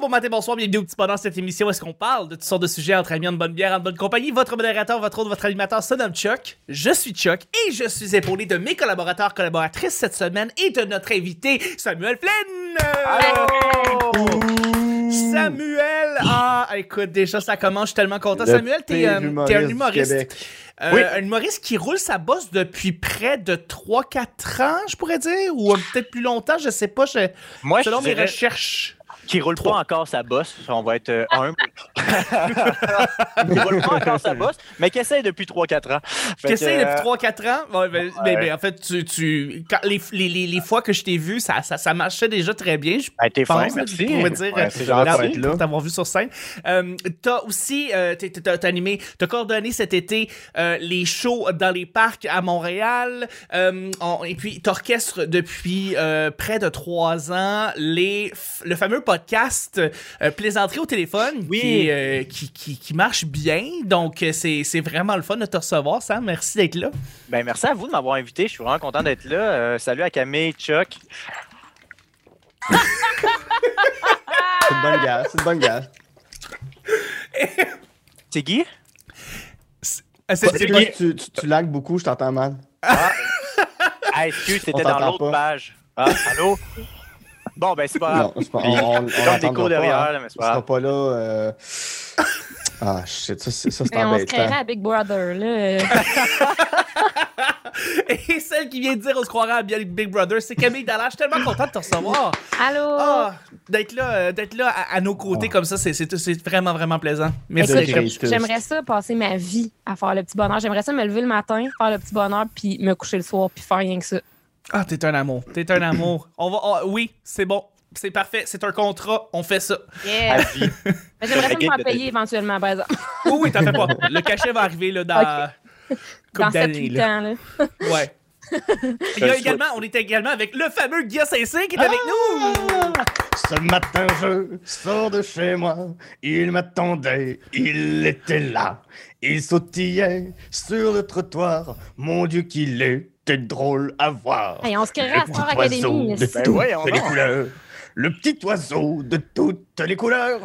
bon matin, bonsoir, bienvenue au petit bonheur cette émission où est-ce qu'on parle de toutes sortes de sujets entre amis, en bonne bière, en bonne compagnie. Votre modérateur, votre autre, votre animateur se nomme Chuck. Je suis Chuck et je suis épaulé de mes collaborateurs, collaboratrices cette semaine et de notre invité, Samuel Flynn. Samuel, ah, écoute, déjà ça commence, je suis tellement content. Le Samuel, t'es pire euh, humoriste t'es un du humoriste. Québec. Euh, Oui. Un humoriste qui roule sa bosse depuis près de 3-4 ans, je pourrais dire, ou euh, peut-être plus longtemps, je sais pas, je- Moi, je selon mes dirais recherches. qu'il roule pas encore sa bosse. On va être euh, humble. Il roule pas encore sa bosse, mais qu'il essaie depuis 3-4 ans. Fait Tu essayes que, depuis euh, 3-4 ans. Ouais, ben, ben, ben, en fait, tu, tu, quand les, les, les, les fois que je t'ai vu, ça, ça, ça marchait déjà très bien. Je Ben, t'es fin, pense, merci. pour me dire, Ouais, c'est euh, gentil. bravo d'être là. pour t'avoir vu sur scène. Euh, t'as aussi, euh, t'es- t'es- t'as t'as animé, t'as coordonné cet été euh, les shows dans les parcs à Montréal, euh, on- et puis t'orchestres depuis euh, près de trois ans les, f- le fameux podcast euh, Plaisanterie au téléphone Oui. qui, euh, qui, qui, qui marche bien, donc euh, c'est c'est vraiment le fun de te recevoir, Sam, merci d'être là. Ben, merci à vous de m'avoir invité. Je suis vraiment content d'être là. Euh, salut à Camille, Chuck. C'est une bonne gaffe, c'est une bonne gaffe. C'est Guy? Euh, c'est- c'est- Toi, tu, tu, tu lagues beaucoup, je t'entends mal. Ah, excuse, On t'étais dans t'entend l'autre pas. page. Ah, allô? Bon, ben, c'est pas grave. Non, c'est pas, on, on, on Comme des l'entendra cours derrière, hein. là, mais c'est Tu pas grave. seras pas là. euh, Ah, shit, ça, c'est ça, c'est Ben, on se embêtant. créerait à Big Brother, là. Et celle qui vient de dire on se croirait à Big Brother, c'est Camille Dallache. Je suis tellement content de te recevoir. Allô? Ah, d'être là, euh, d'être là à, à nos côtés Ah. comme ça, c'est- c'est c'est vraiment, vraiment plaisant. Merci. Écoute, d'être là. Greatest. j'aimerais ça passer ma vie à faire le petit bonheur. J'aimerais ça me lever le matin, faire le petit bonheur, puis me coucher le soir, puis faire rien que ça. Ah, t'es un amour. T'es un amour. On va, ah, oui, c'est bon. C'est parfait. C'est un contrat. On fait ça. Yeah. À vie. Mais J'aimerais ça me Règle de faire ta payer vie. éventuellement, par exemple, Oui, oui, t'en fais pas. Le cachet va arriver là, dans. dans Couple d'années, 7-8 là. ans. Là. Ouais. Il y a également, on est également avec le fameux Guillaume Saint-Cyr qui est avec nous. Ce matin, je sors de chez moi. Il m'attendait, il était là. Il sautillait sur le trottoir. Mon Dieu, qu'il était drôle à voir. Hey, on se créerait à Le Star petit oiseau Academy. de mais c'est- Ben voyons toutes les donc. couleurs. Le petit oiseau de toutes les couleurs.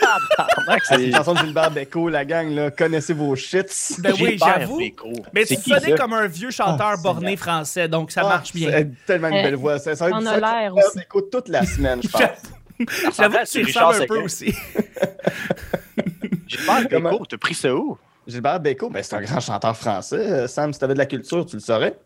Tabarnak, C'est c'est- une chanson de Gilbert Bécaud, la gang, là. Connaissez vos shits. Ben oui, Gilbert j'avoue. Bécaud. Mais C'est tu qui, sonnais ça? Ah, comme un vieux chanteur borné français, donc ça Ah, marche bien. C'est tellement une belle voix. Ça, ça va être Euh, on a ça, l'air Gilbert aussi. Bécaud toute la semaine, je pense. J'avoue que ressemble à tu y Richard ressembles un peu Seguin. aussi. J'ai pas le Comment? Bécaud, t'as pris ça où? Gilbert Bécaud, ben, c'est un grand chanteur français. Euh, Sam, si t'avais de la culture, tu le saurais.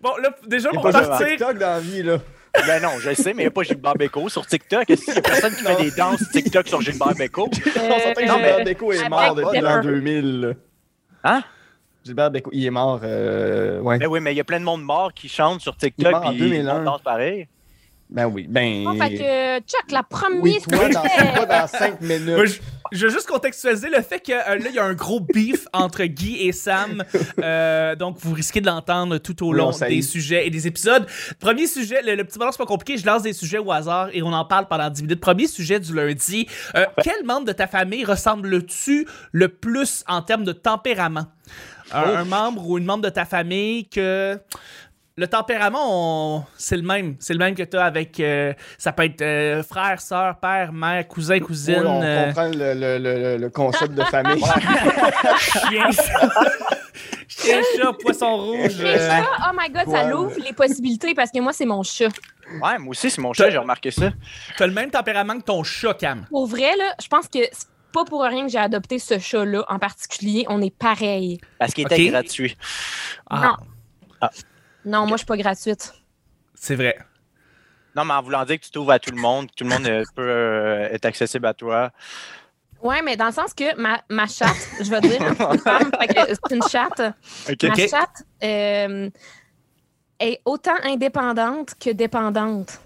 Bon, là, déjà, Il n'y a pour pas juste hein? partir, TikTok dans la vie, là. Euh, Ben non, je le sais, mais il n'y a pas Gilbert Bécaud sur TikTok. Est-ce qu'il y a personne qui fait des danses TikTok sur Gilbert Bécaud? On s'entend que Euh, Gilbert Bécaud est Jack mort depuis Pepper. l'an 2000. là. Hein? Gilbert Bécaud, il est mort, euh, ouais. Ben oui, mais il y a plein de monde mort qui chante sur Il est TikTok mort en puis tout le 2001. monde danse pareil. Ben oui, ben... Bon, fait que, euh, Chuck, la première, Oui, c'est toi, dans, toi, fait. dans 5 Moi, minutes. je, je veux juste contextualiser le fait que euh, là, il y a un gros beef entre Guy et Sam. Euh, donc, vous risquez de l'entendre tout au Oui, long on s'haït. des sujets et des épisodes. Premier sujet, le, le petit balance, c'est pas compliqué. Je lance des sujets au hasard et on en parle pendant 10 minutes. Premier sujet du lundi. Euh, quel membre de ta famille ressemble-tu le plus en termes de tempérament? Un, Oh. un membre ou une membre de ta famille que le tempérament, on- c'est le même. C'est le même que toi avec. euh, ça peut être euh, frère, sœur, père, mère, cousin, Oui, cousine. on euh, comprend le, le- le- le concept de famille. chien, chat. chien, chat, poisson rouge. Les euh, chats, oh my god, ça Ouais. l'ouvre les possibilités parce que moi, c'est mon chat. Ouais, moi aussi, c'est mon chat, j'ai remarqué ça. T'as le même tempérament que ton chat, Cam. Pour vrai, là, je pense que c'est pas pour rien que j'ai adopté ce chat-là en particulier. On est pareil. Parce qu'il était Ok. gratuit. Ah, Non, moi, je suis pas gratuite. c'est vrai. Non, mais en voulant dire que tu t'ouvres à tout le monde, que tout le monde euh, peut euh, être accessible à toi. Ouais, mais dans le sens que ma, ma chatte, je vais dire, une femme, fait que c'est une chatte. Ma Ok. chatte euh, est autant indépendante que dépendante.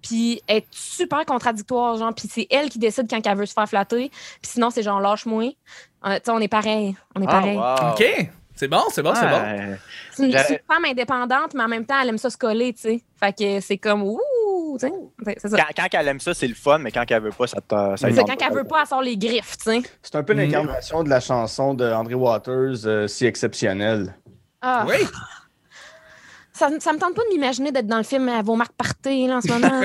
Puis elle est super contradictoire, genre. Puis c'est elle qui décide quand elle veut se faire flatter. Puis sinon, c'est genre lâche-moi. Euh, tu sais, on est pareil. On est Ah, pareil. wow. OK. C'est bon, c'est bon, c'est bon. Ouais. C'est une, J'avais- c'est une femme indépendante, mais en même temps, elle aime ça se coller, tu sais. Fait que c'est comme ouh, tu sais. C'est- C'est ça. Quand, quand elle aime ça, c'est le fun, mais quand elle veut pas, ça te. Ça C'est lui quand tente elle veut pas, elle sort les griffes, tu sais. C'est un peu Mm. l'incarnation de la Ah. chanson de André Waters, euh, si exceptionnelle. Ah, Oui. Ça, ça me tente pas de m'imaginer d'être dans le film à vos marques partées là, en ce Ah. moment.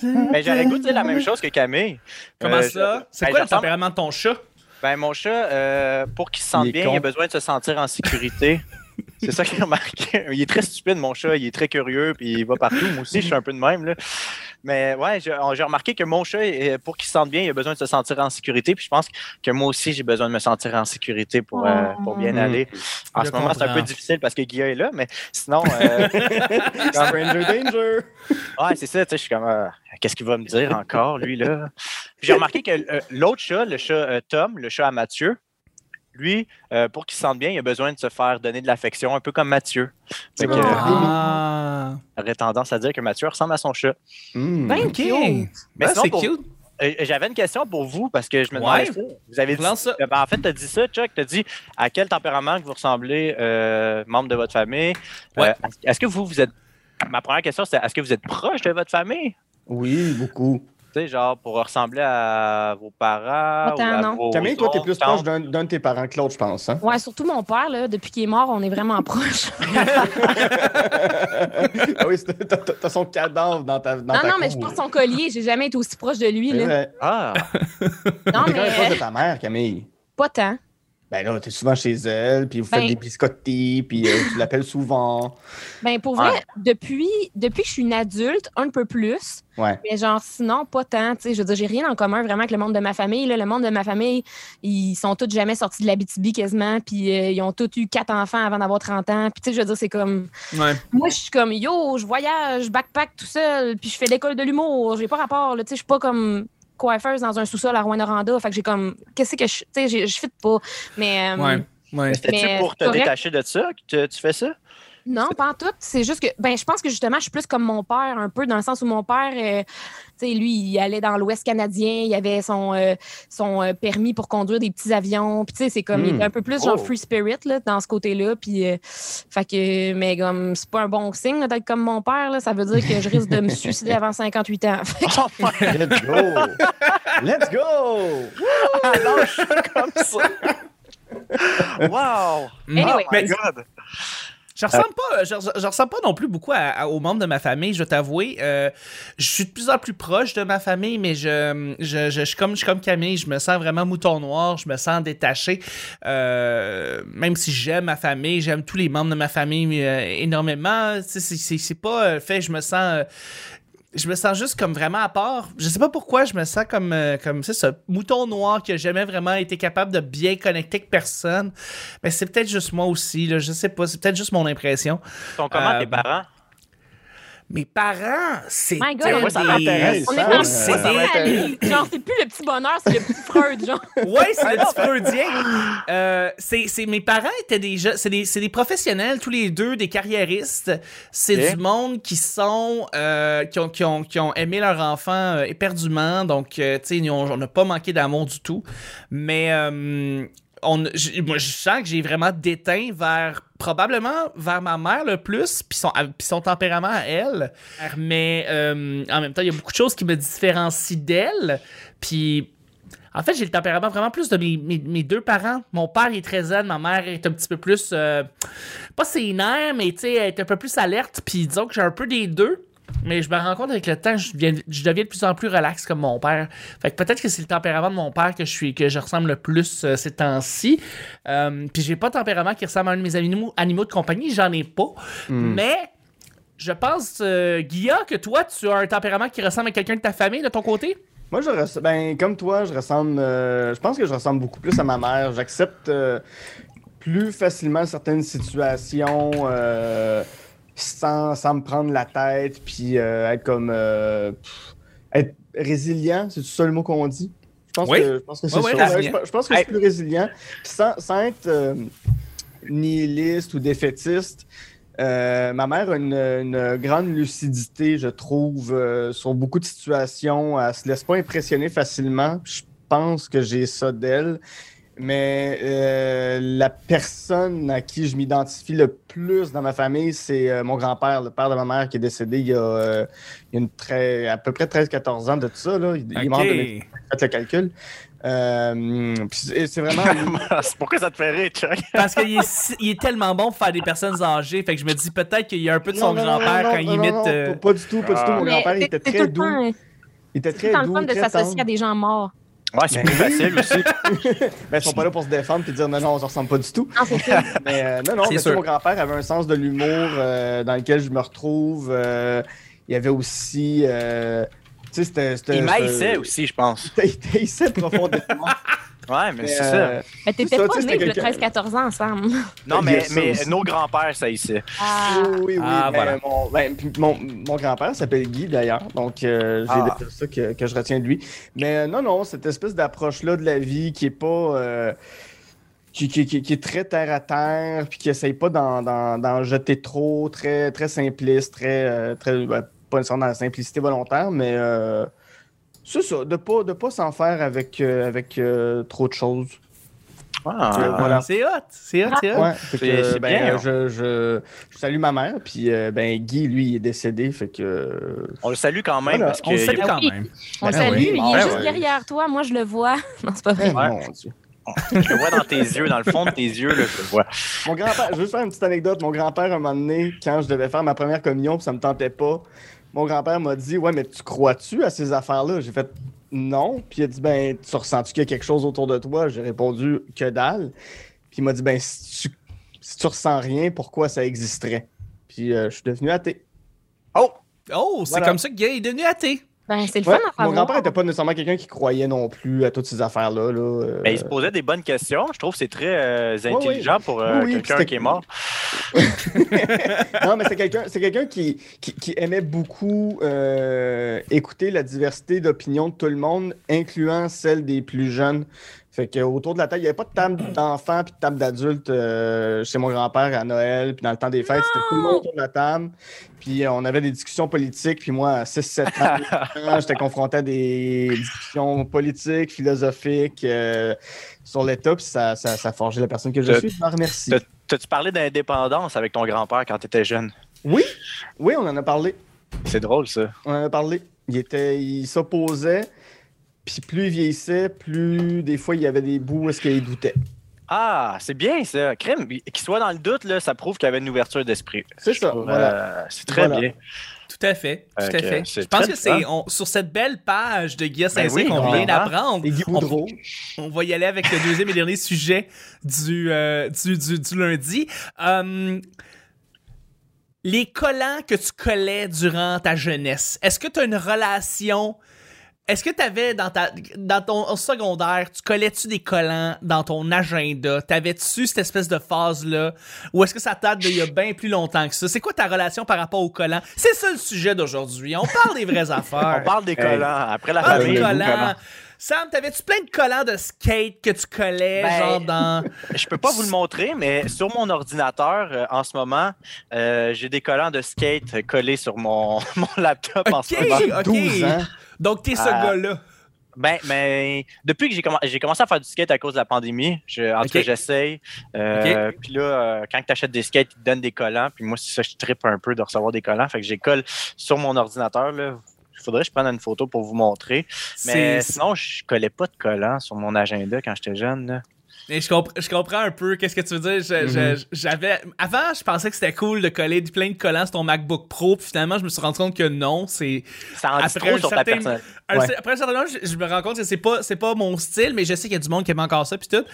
Mais j'aurais goût de dire la même chose que Camille. Comment Euh, ça? C'est ben, quoi le j'attends- tempérament de ton chat? Ben, mon chat, euh, pour qu'il se sente Il est bien, con. il a besoin de se sentir en sécurité. C'est ça qu'il remarque. Il est très stupide, mon chat. Il est très curieux, puis il va partout. Moi aussi, je suis un peu de même. Là. Mais ouais, j'ai j'ai remarqué que mon chat, euh, pour qu'il se sente bien, il a besoin de se sentir en sécurité. Puis je pense que moi aussi, j'ai besoin de me sentir en sécurité pour, euh, pour bien Mm. aller. En Ah. Je ce moment, c'est un peu comprends. difficile parce que Guilla est là, mais sinon, euh, Stranger Danger. ouais, c'est ça. Tu sais, je suis comme, euh, qu'est-ce qu'il va me dire encore, lui, là? Puis J'ai remarqué que euh, l'autre chat, le chat euh, Tom, le chat à Mathieu, lui, euh, pour qu'il se sente bien, il a besoin de se faire donner de l'affection, un peu comme Mathieu. Fait que, euh, Ah. Ah. j'aurais tendance à dire que Mathieu ressemble à son chat. Hmm. Ben, Ok. cute. Ben, sinon, c'est pour- cute. Euh, J'avais une question pour vous parce que je me Ouais. demandais. ça. Vous avez dit. Lance ça. Ben, en fait, tu as dit ça, Chuck. Tu as dit à quel tempérament que vous ressemblez, euh, membre de votre famille. Ouais. Euh, est-ce- est-ce que vous, vous êtes. Ma première question, c'est est-ce que vous êtes proche de votre famille? Oui, beaucoup. Tu sais, genre pour ressembler à vos parents. Attends, ou à non. Vos Camille, toi, t'es plus tantes. proche d'un d'un de tes parents que l'autre, je pense. Hein? Ouais, surtout mon père, là, depuis qu'il est mort, on est vraiment proches. ah oui, c'est- t'as- t'as t'as son cadavre dans ta. Dans non, ta non, mais je cour. porte son collier. J'ai jamais été aussi proche de lui. C'est Là. vrai. Ah, Non, T'es quand même proche mais euh, de ta mère, Camille. pas tant. Ben là, t'es souvent chez elle, puis vous Ben- faites des biscottis, puis euh, tu l'appelles souvent. Ben, pour vrai, Ouais. depuis, depuis que je suis une adulte, un peu plus. Ouais. Mais genre, sinon, pas tant. Tu sais, je veux dire, j'ai rien en commun vraiment avec le monde de ma famille. là. Le monde de ma famille, ils sont tous jamais sortis de la BTB quasiment. Puis euh, ils ont tous eu quatre enfants avant d'avoir 30 ans. Puis tu sais, je veux dire, c'est comme. Ouais. Moi, je suis comme yo, je voyage, backpack tout seul. Puis je fais l'école de l'humour. J'ai pas rapport. là. Tu sais, je suis pas comme coiffeuse dans un sous-sol à Rouen-Oranda. Fait que j'ai comme. Qu'est-ce que je. Tu sais, j'ai- je fit pas. Mais. euh, Ouais. Ouais. Mais c'était-tu Mais pour te c'est correct. détacher de ça que tu, tu fais ça? Non, pas en tout. C'est juste que, ben, je pense que justement, je suis plus comme mon père, un peu, dans le sens où mon père, euh, tu sais, lui, il allait dans l'Ouest canadien, il avait son, euh, son euh, permis pour conduire des petits avions. Puis, tu sais, c'est comme, il Mm. était un peu plus Oh. genre free spirit, là, dans ce côté-là. Puis, euh, fait que, mais comme, c'est pas un bon signe là, d'être comme mon père, là. Ça veut dire que je risque de me suicider avant 58 ans. Oh my Let's go! Let's go! god, je suis comme ça! Wow! Anyway. Oh my god! Je ressemble pas, euh, je, je- je ressemble pas non plus beaucoup à- à- aux membres de ma famille, je vais t'avouer. Euh, je suis de plus en plus proche de ma famille, mais je, je, je, je suis comme, je suis comme Camille, je me sens vraiment mouton noir, je me sens détaché. Euh, même si j'aime ma famille, j'aime tous les membres de ma famille euh, énormément. Tu sais, C'est c'est- c'est pas euh, fait, je me sens. euh, je me sens juste comme vraiment à part. Je sais pas pourquoi, je me sens comme, euh, comme c'est ça, mouton noir qui a jamais vraiment été capable de bien connecter avec personne. Mais c'est peut-être juste moi aussi, là, je sais pas, c'est peut-être juste mon impression. Ton comment Euh, tes parents? Mes parents, c'est My God, des- moi, ça m'intéresse. On est Ouais, comme c'est ça des- Genre, c'est plus le petit bonheur, c'est le petit Freud, genre. Ouais, c'est le petit Freudien. Euh, c'est, c'est- mes parents étaient des gens, c'est des, c'est des professionnels, tous les deux, des carriéristes. C'est Ok. du monde qui sont, euh, qui, ont, qui, ont, qui ont aimé leur enfant euh, éperdument. Donc, euh, tu sais, ils ont- on n'a pas manqué d'amour du tout. Mais euh, on, j- moi, je sens que j'ai vraiment déteint vers, probablement vers ma mère le plus, puis son, à- puis son tempérament à elle. Mais euh, en même temps, il y a beaucoup de choses qui me différencient d'elle. Puis en fait, j'ai le tempérament vraiment plus de mes, mes- mes deux parents. Mon père il est très zen, ma mère est un petit peu plus. euh, pas sénère, mais tu sais, elle est un peu plus alerte. Puis disons que j'ai un peu des deux. Mais je me rends compte avec le temps, je deviens, je deviens de plus en plus relax comme mon père. Fait que peut-être que c'est le tempérament de mon père que je suis, que je ressemble le plus euh, ces temps-ci. Euh, puis j'ai pas de tempérament qui ressemble à un de mes animaux, animaux de compagnie, j'en ai pas. Hmm. Mais je pense, euh, Guilla, que toi, tu as un tempérament qui ressemble à quelqu'un de ta famille, de ton côté. Moi, je res- ben, comme toi, je ressemble. euh, je pense que je ressemble beaucoup plus à ma mère. J'accepte euh, plus facilement certaines situations euh, sans, sans me prendre la tête, puis euh, être comme. euh, pff, être résilient, c'est tout ça le mot qu'on dit? Je pense Oui. que, je pense que c'est Oui, oui, ça. ouais. résilient. je, pe- je pense que je suis plus résilient, sans, sans être euh, nihiliste ou défaitiste. Euh, ma mère a une, une grande lucidité, je trouve, euh, sur beaucoup de situations. Elle se laisse pas impressionner facilement. Je pense que j'ai ça d'elle. Mais euh, la personne à qui je m'identifie le plus dans ma famille, c'est euh, mon grand-père, le père de ma mère qui est décédé il y a, euh, il y a une très, à peu près 13-14 ans de tout ça. Là. Il, il est mort de Ok. faites le calcul. Euh, puis c'est c'est vraiment. C'est Pourquoi ça te fait rire, Chuck? Parce qu'il est, si- il est tellement bon pour faire des personnes âgées. Fait que je me dis peut-être qu'il y a un peu de son Non, non, non, grand-père non, quand il non, imite. non, non, euh, pas- Pas du tout, pas du tout. Mon Ah. Mais grand-père, il c'est- était c'est tout très le doux. temps- Il était C'est tout très le temps le doux. fun de très s'associer tendre. à des gens morts. Ouais, c'est plus Ben, facile aussi. Mais Ben, ils sont pas là pour se défendre et dire non, non, on se ressemble pas du tout. Non, c'est ça. Mais euh, non, non, C'est mais tu sais, sûr. mon grand-père avait un sens de l'humour euh, dans lequel je me retrouve. euh, il y avait aussi. euh, tu sais, c'était. c'était- euh, Il maïssait c'était- aussi, je pense. Il taillissait profondément. Ouais, mais, mais, c'est ça. euh, Mais C'est t'étais ça, pas tu sais, né c'était le quelqu'un- 13-14 ans, Sam. Non, il y a mais, ça mais aussi. nos grands-pères, ça ici. Ah. Oui, oui, Ah, mais voilà. mon, ben, puis mon- mon grand-père s'appelle Guy d'ailleurs, donc euh, j'ai Ah. des- c'est ça que, que je retiens de lui. Mais euh, non, non, cette espèce d'approche-là de la vie qui est pas. euh, qui, qui- qui- qui est très terre à terre, puis qui essaye pas d'en- d'en d'en jeter trop, très, très simpliste, très. euh, très ben, pas nécessairement dans la simplicité volontaire, mais. euh, c'est ça, de pas, de pas s'en faire avec, euh, avec euh, trop de choses. Ah. voilà. C'est hot, c'est hot, c'est hot. Ouais, fait que, C'est- c'est ben, bien, euh, je, je, je salue ma mère, puis euh, ben, Guy, lui, il est décédé, fait que... euh, On le salue quand même Voilà. parce On le que salue Ah quand oui. même. On le Ben oui. salue, il Ben est juste oui. derrière toi. Moi, je le vois. Non, c'est pas vrai. eh, mon Dieu. je le vois dans tes yeux, dans le fond de tes yeux, là, je le vois. Mon grand-père, je veux juste faire une petite anecdote. Mon grand-père, un moment donné, quand je devais faire ma première communion, puis ça me tentait pas, mon grand-père m'a dit « Ouais, mais tu crois-tu à ces affaires-là? » J'ai fait « Non. » Puis il a dit « Ben, tu ressens-tu qu'il y a quelque chose autour de toi? » J'ai répondu « Que dalle. » Puis il m'a dit « Ben, si tu, si tu ressens rien, pourquoi ça existerait? » Puis euh, je suis devenu athée. Oh, c'est Voilà. comme ça qu'il est devenu athée. Ben, c'est le Ouais, fun à mon savoir. grand-père n'était pas nécessairement quelqu'un qui croyait non plus à toutes ces affaires-là. là, euh, Mais Ben, il se posait des bonnes questions. Je trouve que c'est très euh, intelligent pour euh, Oui, oui, quelqu'un c'était- qui est mort. Non, mais c'est quelqu'un c'est quelqu'un qui, qui, qui aimait beaucoup euh, écouter la diversité d'opinions de tout le monde, incluant celle des plus jeunes. Fait que autour de la table, il n'y avait pas de table d'enfants puis de table d'adultes euh, chez mon grand-père à Noël, puis dans le temps des fêtes, c'était tout le monde autour de la table. Puis euh, on avait des discussions politiques, puis moi, à 6-7 ans, 8 ans, j'étais confronté à des discussions politiques, philosophiques euh, sur l'État, puis ça, ça, ça a forgé la personne que je T'as- suis. Je m'en remercie. t'as- T'as-tu parlé d'indépendance avec ton grand-père quand t'étais jeune? Oui, oui, on en a parlé. C'est drôle, ça. On en a parlé. Il était, il s'opposait, puis plus il vieillissait, plus des fois il y avait des bouts où est-ce qu'il doutait. Ah, c'est bien, ça. Crime, qu'il soit dans le doute, là, ça prouve qu'il avait une ouverture d'esprit. C'est Je ça, trouve, voilà. euh, c'est très Voilà. bien. Tout à fait, tout Ok, à fait. c'est Je pense très que c'est fun. on- sur cette belle page de Guy saint oui, qu'on vient Ben vraiment. euh, d'apprendre. Et Guy on- Boudreau. On va y aller avec le deuxième et dernier sujet du, euh, du, du- du lundi. Hum, les collants que tu collais durant ta jeunesse, est-ce que tu as une relation? Est-ce que tu avais dans, ta, dans ton secondaire, tu collais-tu des collants dans ton agenda? T'avais-tu cette espèce de phase-là? Ou est-ce que ça date d'il y a bien plus longtemps que ça? C'est quoi ta relation par rapport aux collants? C'est ça le sujet d'aujourd'hui. On parle des vraies affaires. On parle des collants. Après la Ah, famille, des nous, collants. comment? Sam, t'avais-tu plein de collants de skate que tu collais, Ben- genre dans. Je peux pas vous le montrer, mais sur mon ordinateur, euh, en ce moment, euh, j'ai des collants de skate collés sur mon, mon laptop en ce Ok, moment. Ah, ok. 12 ans. Donc, t'es ce Ah. gars-là. Ben, mais depuis que j'ai commen- j'ai commencé à faire du skate à cause de la pandémie, je, en Ok. tout cas, j'essaye. Euh, Puis là, euh, quand tu achètes des skates, ils te donnent des collants. Puis moi, c'est ça, je trippe un peu de recevoir des collants. Fait que j'ai colle sur mon ordinateur. Là. Faudrait que je prenne une photo pour vous montrer. Mais C'est- sinon, je collais pas de collants sur mon agenda quand j'étais jeune. là. Mais je, compr- je comprends un peu qu'est-ce que tu veux dire. Je- je- Mm-hmm. J'avais avant, je pensais que c'était cool de coller plein de collants sur ton MacBook Pro, puis finalement, je me suis rendu compte que non, c'est Ça en dit Après trop un sur ta certain- personne. Un- Ouais. Euh, c'est- Après un certain moment, je, je me rends compte que c'est pas, c'est pas mon style, mais je sais qu'il y a du monde qui aime encore ça, puis tout.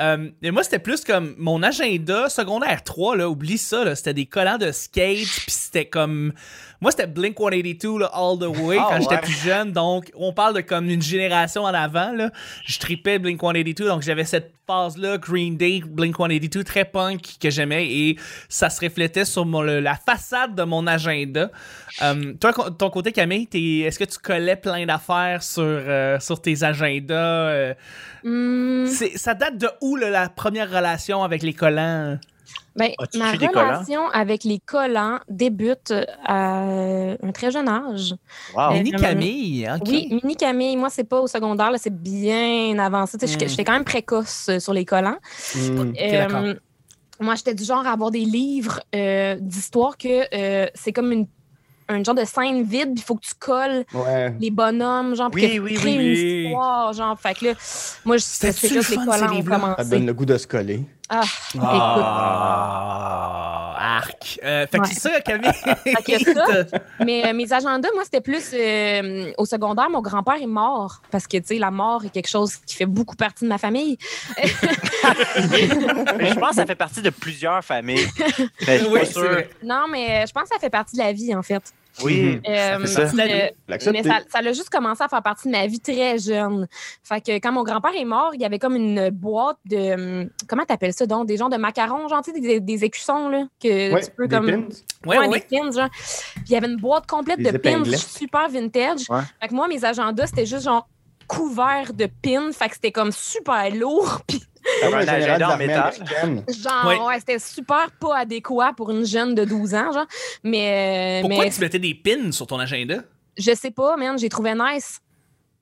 Euh, mais moi, c'était plus comme mon agenda secondaire 3, là, oublie ça, là, c'était des collants de skate, puis c'était comme... Moi, c'était Blink-182, là, all the way, Ah, quand j'étais ouais. plus jeune, donc on parle de comme une génération en avant, là. Je tripais Blink-182, donc j'avais cette phase-là, Green Day, Blink-182, très punk, que j'aimais, et ça se reflétait sur mon- le- la façade de mon agenda. Euh, toi, co- ton côté, Camille, t'es- est-ce que tu collais plein d'affaires sur, euh, sur tes agendas? euh, Hmm. c'est- ça date de où, là, la première relation avec les collants? Ben, Ah, As-tu ma fait des relation avec les collants débute à un très jeune âge. Wow. Mais- Mini Ah, Camille, ok. Oui, mini Camille, moi, c'est pas au secondaire, là, c'est bien avancé. Tu sais, Mm. Hmm. J'étais j'étais quand même précoce euh, sur les collants. Euh, d'accord. moi, j'étais du genre à avoir des livres euh, d'histoire que euh, c'est comme une, un genre de scène vide, puis il faut que tu colles Ouais. les bonhommes, genre, pour Oui, que tu oui, crées oui, une oui. histoire, genre. Fait que là, moi, je- C'était-tu c'est le là que les fun, collants ces ont livres-là? ben, Ça te commencé. donne le goût de se coller. Ah, Ah, arc. Euh, fait que Ouais. c'est ça, Camille. Fait que ça, T'as- Mais euh, mes agendas, moi, c'était plus euh, au secondaire, mon grand-père est mort. Parce que, tu sais, la mort est quelque chose qui fait beaucoup partie de ma famille. Mais je pense que ça fait partie de plusieurs familles. Mais je suis Oui, pas c'est sûr. vrai. Non, mais euh, je pense que ça fait partie de la vie, en fait. Oui. Euh, fait ça. mais- L'accepter. mais ça, ça a juste commencé à faire partie de ma vie très jeune. Fait que quand mon grand-père est mort, il y avait comme une boîte de. hum, Comment t'appelles ça donc? Des gens de macarons, genre, tu sais, des, des écussons, là. Que Ouais, tu peux des comme. Ah pins. Ouais, Ouais, ouais. des pins, genre. Puis il y avait une boîte complète Des de pins épinglettes. super vintage. Ouais. Fait que moi, mes agendas, c'était juste genre couvert de pins. Fait que c'était comme super lourd. Puis Comme Comme un le Ah agenda général en de l'armée métal. américaine. genre, Ouais. ouais, c'était super pas adéquat pour une jeune de 12 ans, genre. Mais, euh, Pourquoi mais tu mettais des pins sur ton agenda? je sais pas, man, j'ai trouvé nice.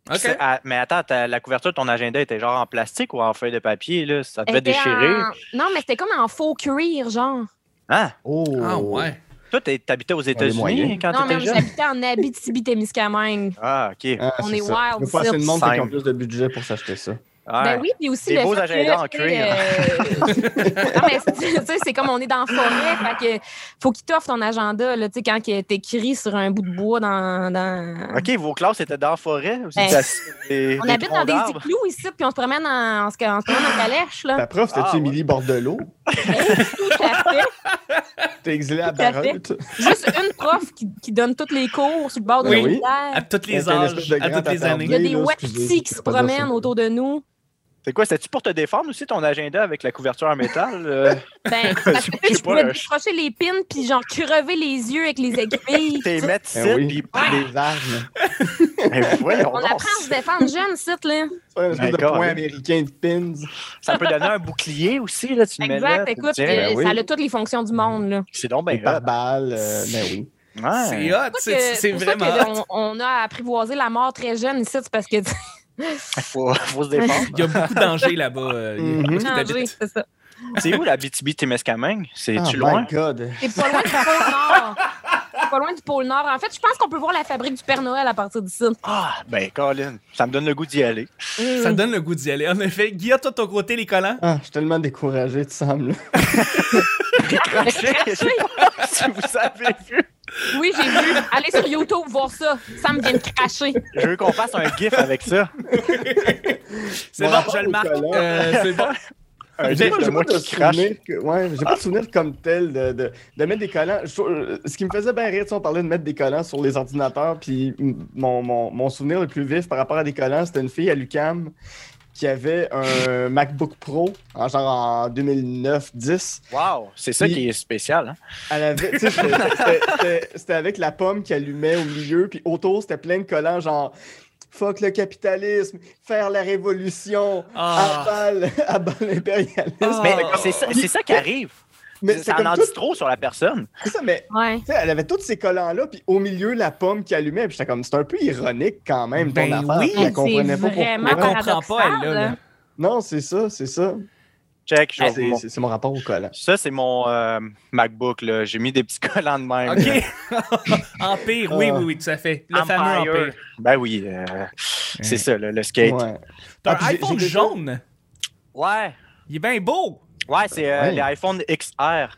Ok. C'est- ah, mais attends, ta- la couverture de ton agenda était genre en plastique ou en feuille de papier, là? Ça devait Était déchirer. en- Non, mais c'était comme en faux cuir, genre. Hein? Oh. Ah, ouais. Toi, t'es- t'habitais aux États-Unis moyens. quand non, mais t'étais jeune? j'habitais en Abitibi-Témiscamingue. Ah, OK. Ouais. Ah, On c'est est ça. wild, Il faut pas ça. assez de monde fait qui Simple. ont plus de budget pour s'acheter ça. Ah, Ben oui, puis aussi Des le beaux fait que, agendas en tu sais, cuir. euh, non, mais c'est- tu sais, c'est comme on est dans la forêt, fait que faut qu'il t'offre ton agenda, là, tu sais, quand que t'écris sur un bout de bois dans... dans- Hmm. OK, vos classes étaient dans la forêt? Ou Ben, c'était assis sur des- On des habite dans troncs des d'arbres? igloos ici, puis on se promène en, on se, on se promène en calèche, là. Ta prof, c'était-tu Ah, ouais. Émilie Bordelot? Tout à fait. T'es exilé à Tout à fait. Barreute? Juste une prof qui, qui donne tous les cours sur le bord de Oui. la À rivière. toutes les Avec un espèce âges, de à grand toutes les Il y a années. attardé. des là, wet excusez, psy qui je peux se pas dire promènent ça. autour de nous. C'est quoi? C'était-tu pour te défendre aussi ton agenda avec la couverture en métal? euh? Ben, parce que tu sais, Je sais je pouvais pas, me décrocher les pins, puis genre crever les yeux avec les aiguilles. T'es Ben oui. médecin, puis Des armes. Ben voyons Ah! On donc, apprend à se défendre jeune, site, là. C'est un espèce de God. point américain de pins. Ça peut donner un bouclier aussi, là, tu le mets là. Exact, tu te écoute, dis, euh, ben oui. ça a toutes les fonctions du monde. Là. C'est donc Des ben hot. pare-balles. euh, Ben oui. Ouais. C'est hot, Pour ça Ah, c'est que- c'est pour ça vraiment que hot. on, on a apprivoisé la mort très jeune ici, c'est parce que Faut, faut se défendre. Il y a beaucoup de dangers là-bas. euh, Mhm. partout où changé, t'habites. c'est ça. c'est où la BTB-Témiscamingue? Ah, C'est-tu my loin? God. C'est pas loin du pôle Nord. C'est Pas loin du pôle Nord. En fait, je pense qu'on peut voir la fabrique du Père Noël à partir d'ici. Ah, ben Colin, ça me donne le goût d'y aller. Mm. Ça Euh. me donne le goût d'y aller. En effet, Guillaume, toi, de ton côté, les collants. Ah, je suis tellement découragé, tu sembles. Ben, si vous avez vu. Oui, j'ai vu. Allez sur YouTube voir ça. Ça me vient de cracher. Je veux qu'on fasse un gif avec ça. C'est Mon bon, rapport je le aux marque. collants. Euh, c'est bon. Un Euh, J'ai gif pas, de j'ai moi pas de Ah. qui crache. souvenir que- ouais, j'ai pas de souvenir comme tel de, de, de mettre des collants. Je trouve- euh, ce qui me faisait bien rire, tu sais, on parlait de mettre des collants sur les ordinateurs, puis m- mon, mon, mon souvenir le plus vif par rapport à des collants, c'était une fille à l'UCAM qui avait un MacBook Pro, en genre en 2009-10. Wow, c'est ça Oui. qui est spécial. Hein? Elle avait, tu sais, c'était- c'était- c'était- c'était avec la pomme qu'elle allumait au milieu, puis autour, c'était plein de collants, genre fuck le capitalisme, faire la révolution, Ah. aval, aval l'impérialisme. Mais Ah. c'est ça, c'est ça qui arrive. Mais c'est ça en, comme en tout, dit trop sur la personne. c'est ça, mais Ouais. Tu sais, elle avait tous ces collants-là, puis au milieu, la pomme qui allumait. Puis j'étais comme, c'est un peu ironique quand même, ton Ben affaire. oui. Puis Elle comprenait pas C'est vraiment Elle pourquoi. comprend pas, elle, là, là. Non, c'est ça, c'est ça. Ben, Check, je vais C'est vous montrer. c'est- c'est mon rapport au collant. Ah, Ça, c'est mon euh, MacBook. là. J'ai mis des petits collants de même. OK. Empire, oui, Ah. oui, oui, tout à fait. Le fameux Empire. Empire. Ben oui, euh, c'est ça, le, le skate. Ouais, Ouais. T'as Ah, puis un j'ai- iPhone j'ai déjà- jaune. ouais, Il est bien beau. c'est euh, Ouais. les iPhone XR.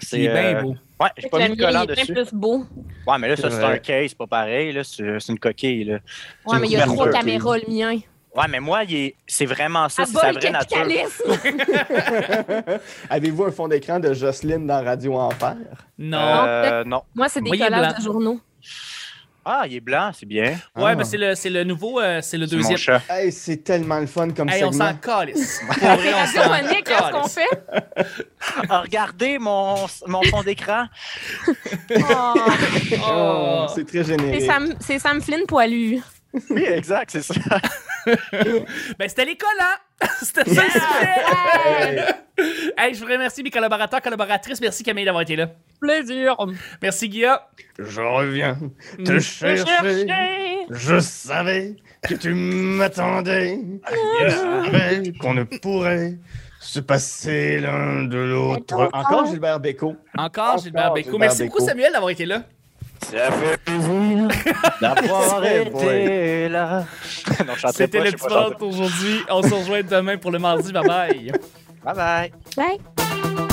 C'est Il est bien euh, beau. Ouais, j'ai pas mis de collant il est bien dessus. plus beau. Ouais, mais là, ça, C'est c'est vrai. un case, pas pareil. là. C'est c'est une coquille. Là. Ouais, mais il y a couverture, trois ok. caméras, le mien. Ouais, mais moi, il est- c'est vraiment ça, À c'est sa bas le vraie nature. capitalisme. Avez-vous un fond d'écran de Jocelyne dans Radio Enfer? Non. Euh, non. Moi, c'est des Moi, il est collages blanc. de journaux. Ah, il est blanc, c'est bien. Ouais, Ah. ben, c'est le, c'est le nouveau, euh, c'est le C'est mon deuxième. chat. Hey, c'est tellement le fun comme Hey, on segment. s'en calisse. Pour vrai, C'est on s'en radiophonique, là, ce qu'on calisse. fait. Ah, regardez mon, mon fond d'écran. Oh, Oh. Oh, c'est très c'est générique. Sam, c'est Sam Flynn poilu. Oui, exact, c'est ça. Ben, c'était les collants. C'était ça. le sujet. Ouais. Hey, Hey, je vous remercie mes collaborateurs, collaboratrices. Merci Camille d'avoir été là. Plaisir. Merci Guilla. Je reviens te chercher. Je savais que tu m'attendais. Je savais qu'on ne pourrait se passer l'un de l'autre. Encore Gilbert Bécaud. Encore Gilbert Encore Bécaud. Gilbert Merci beaucoup Bécaud. Samuel d'avoir été là. Ça fait plaisir d'avoir été été là. non, je chanterai C'était pas, le je sais petit pas bonheur chanter. pour aujourd'hui. On se rejoint demain pour le mardi. Bye bye. Bye bye. Bye.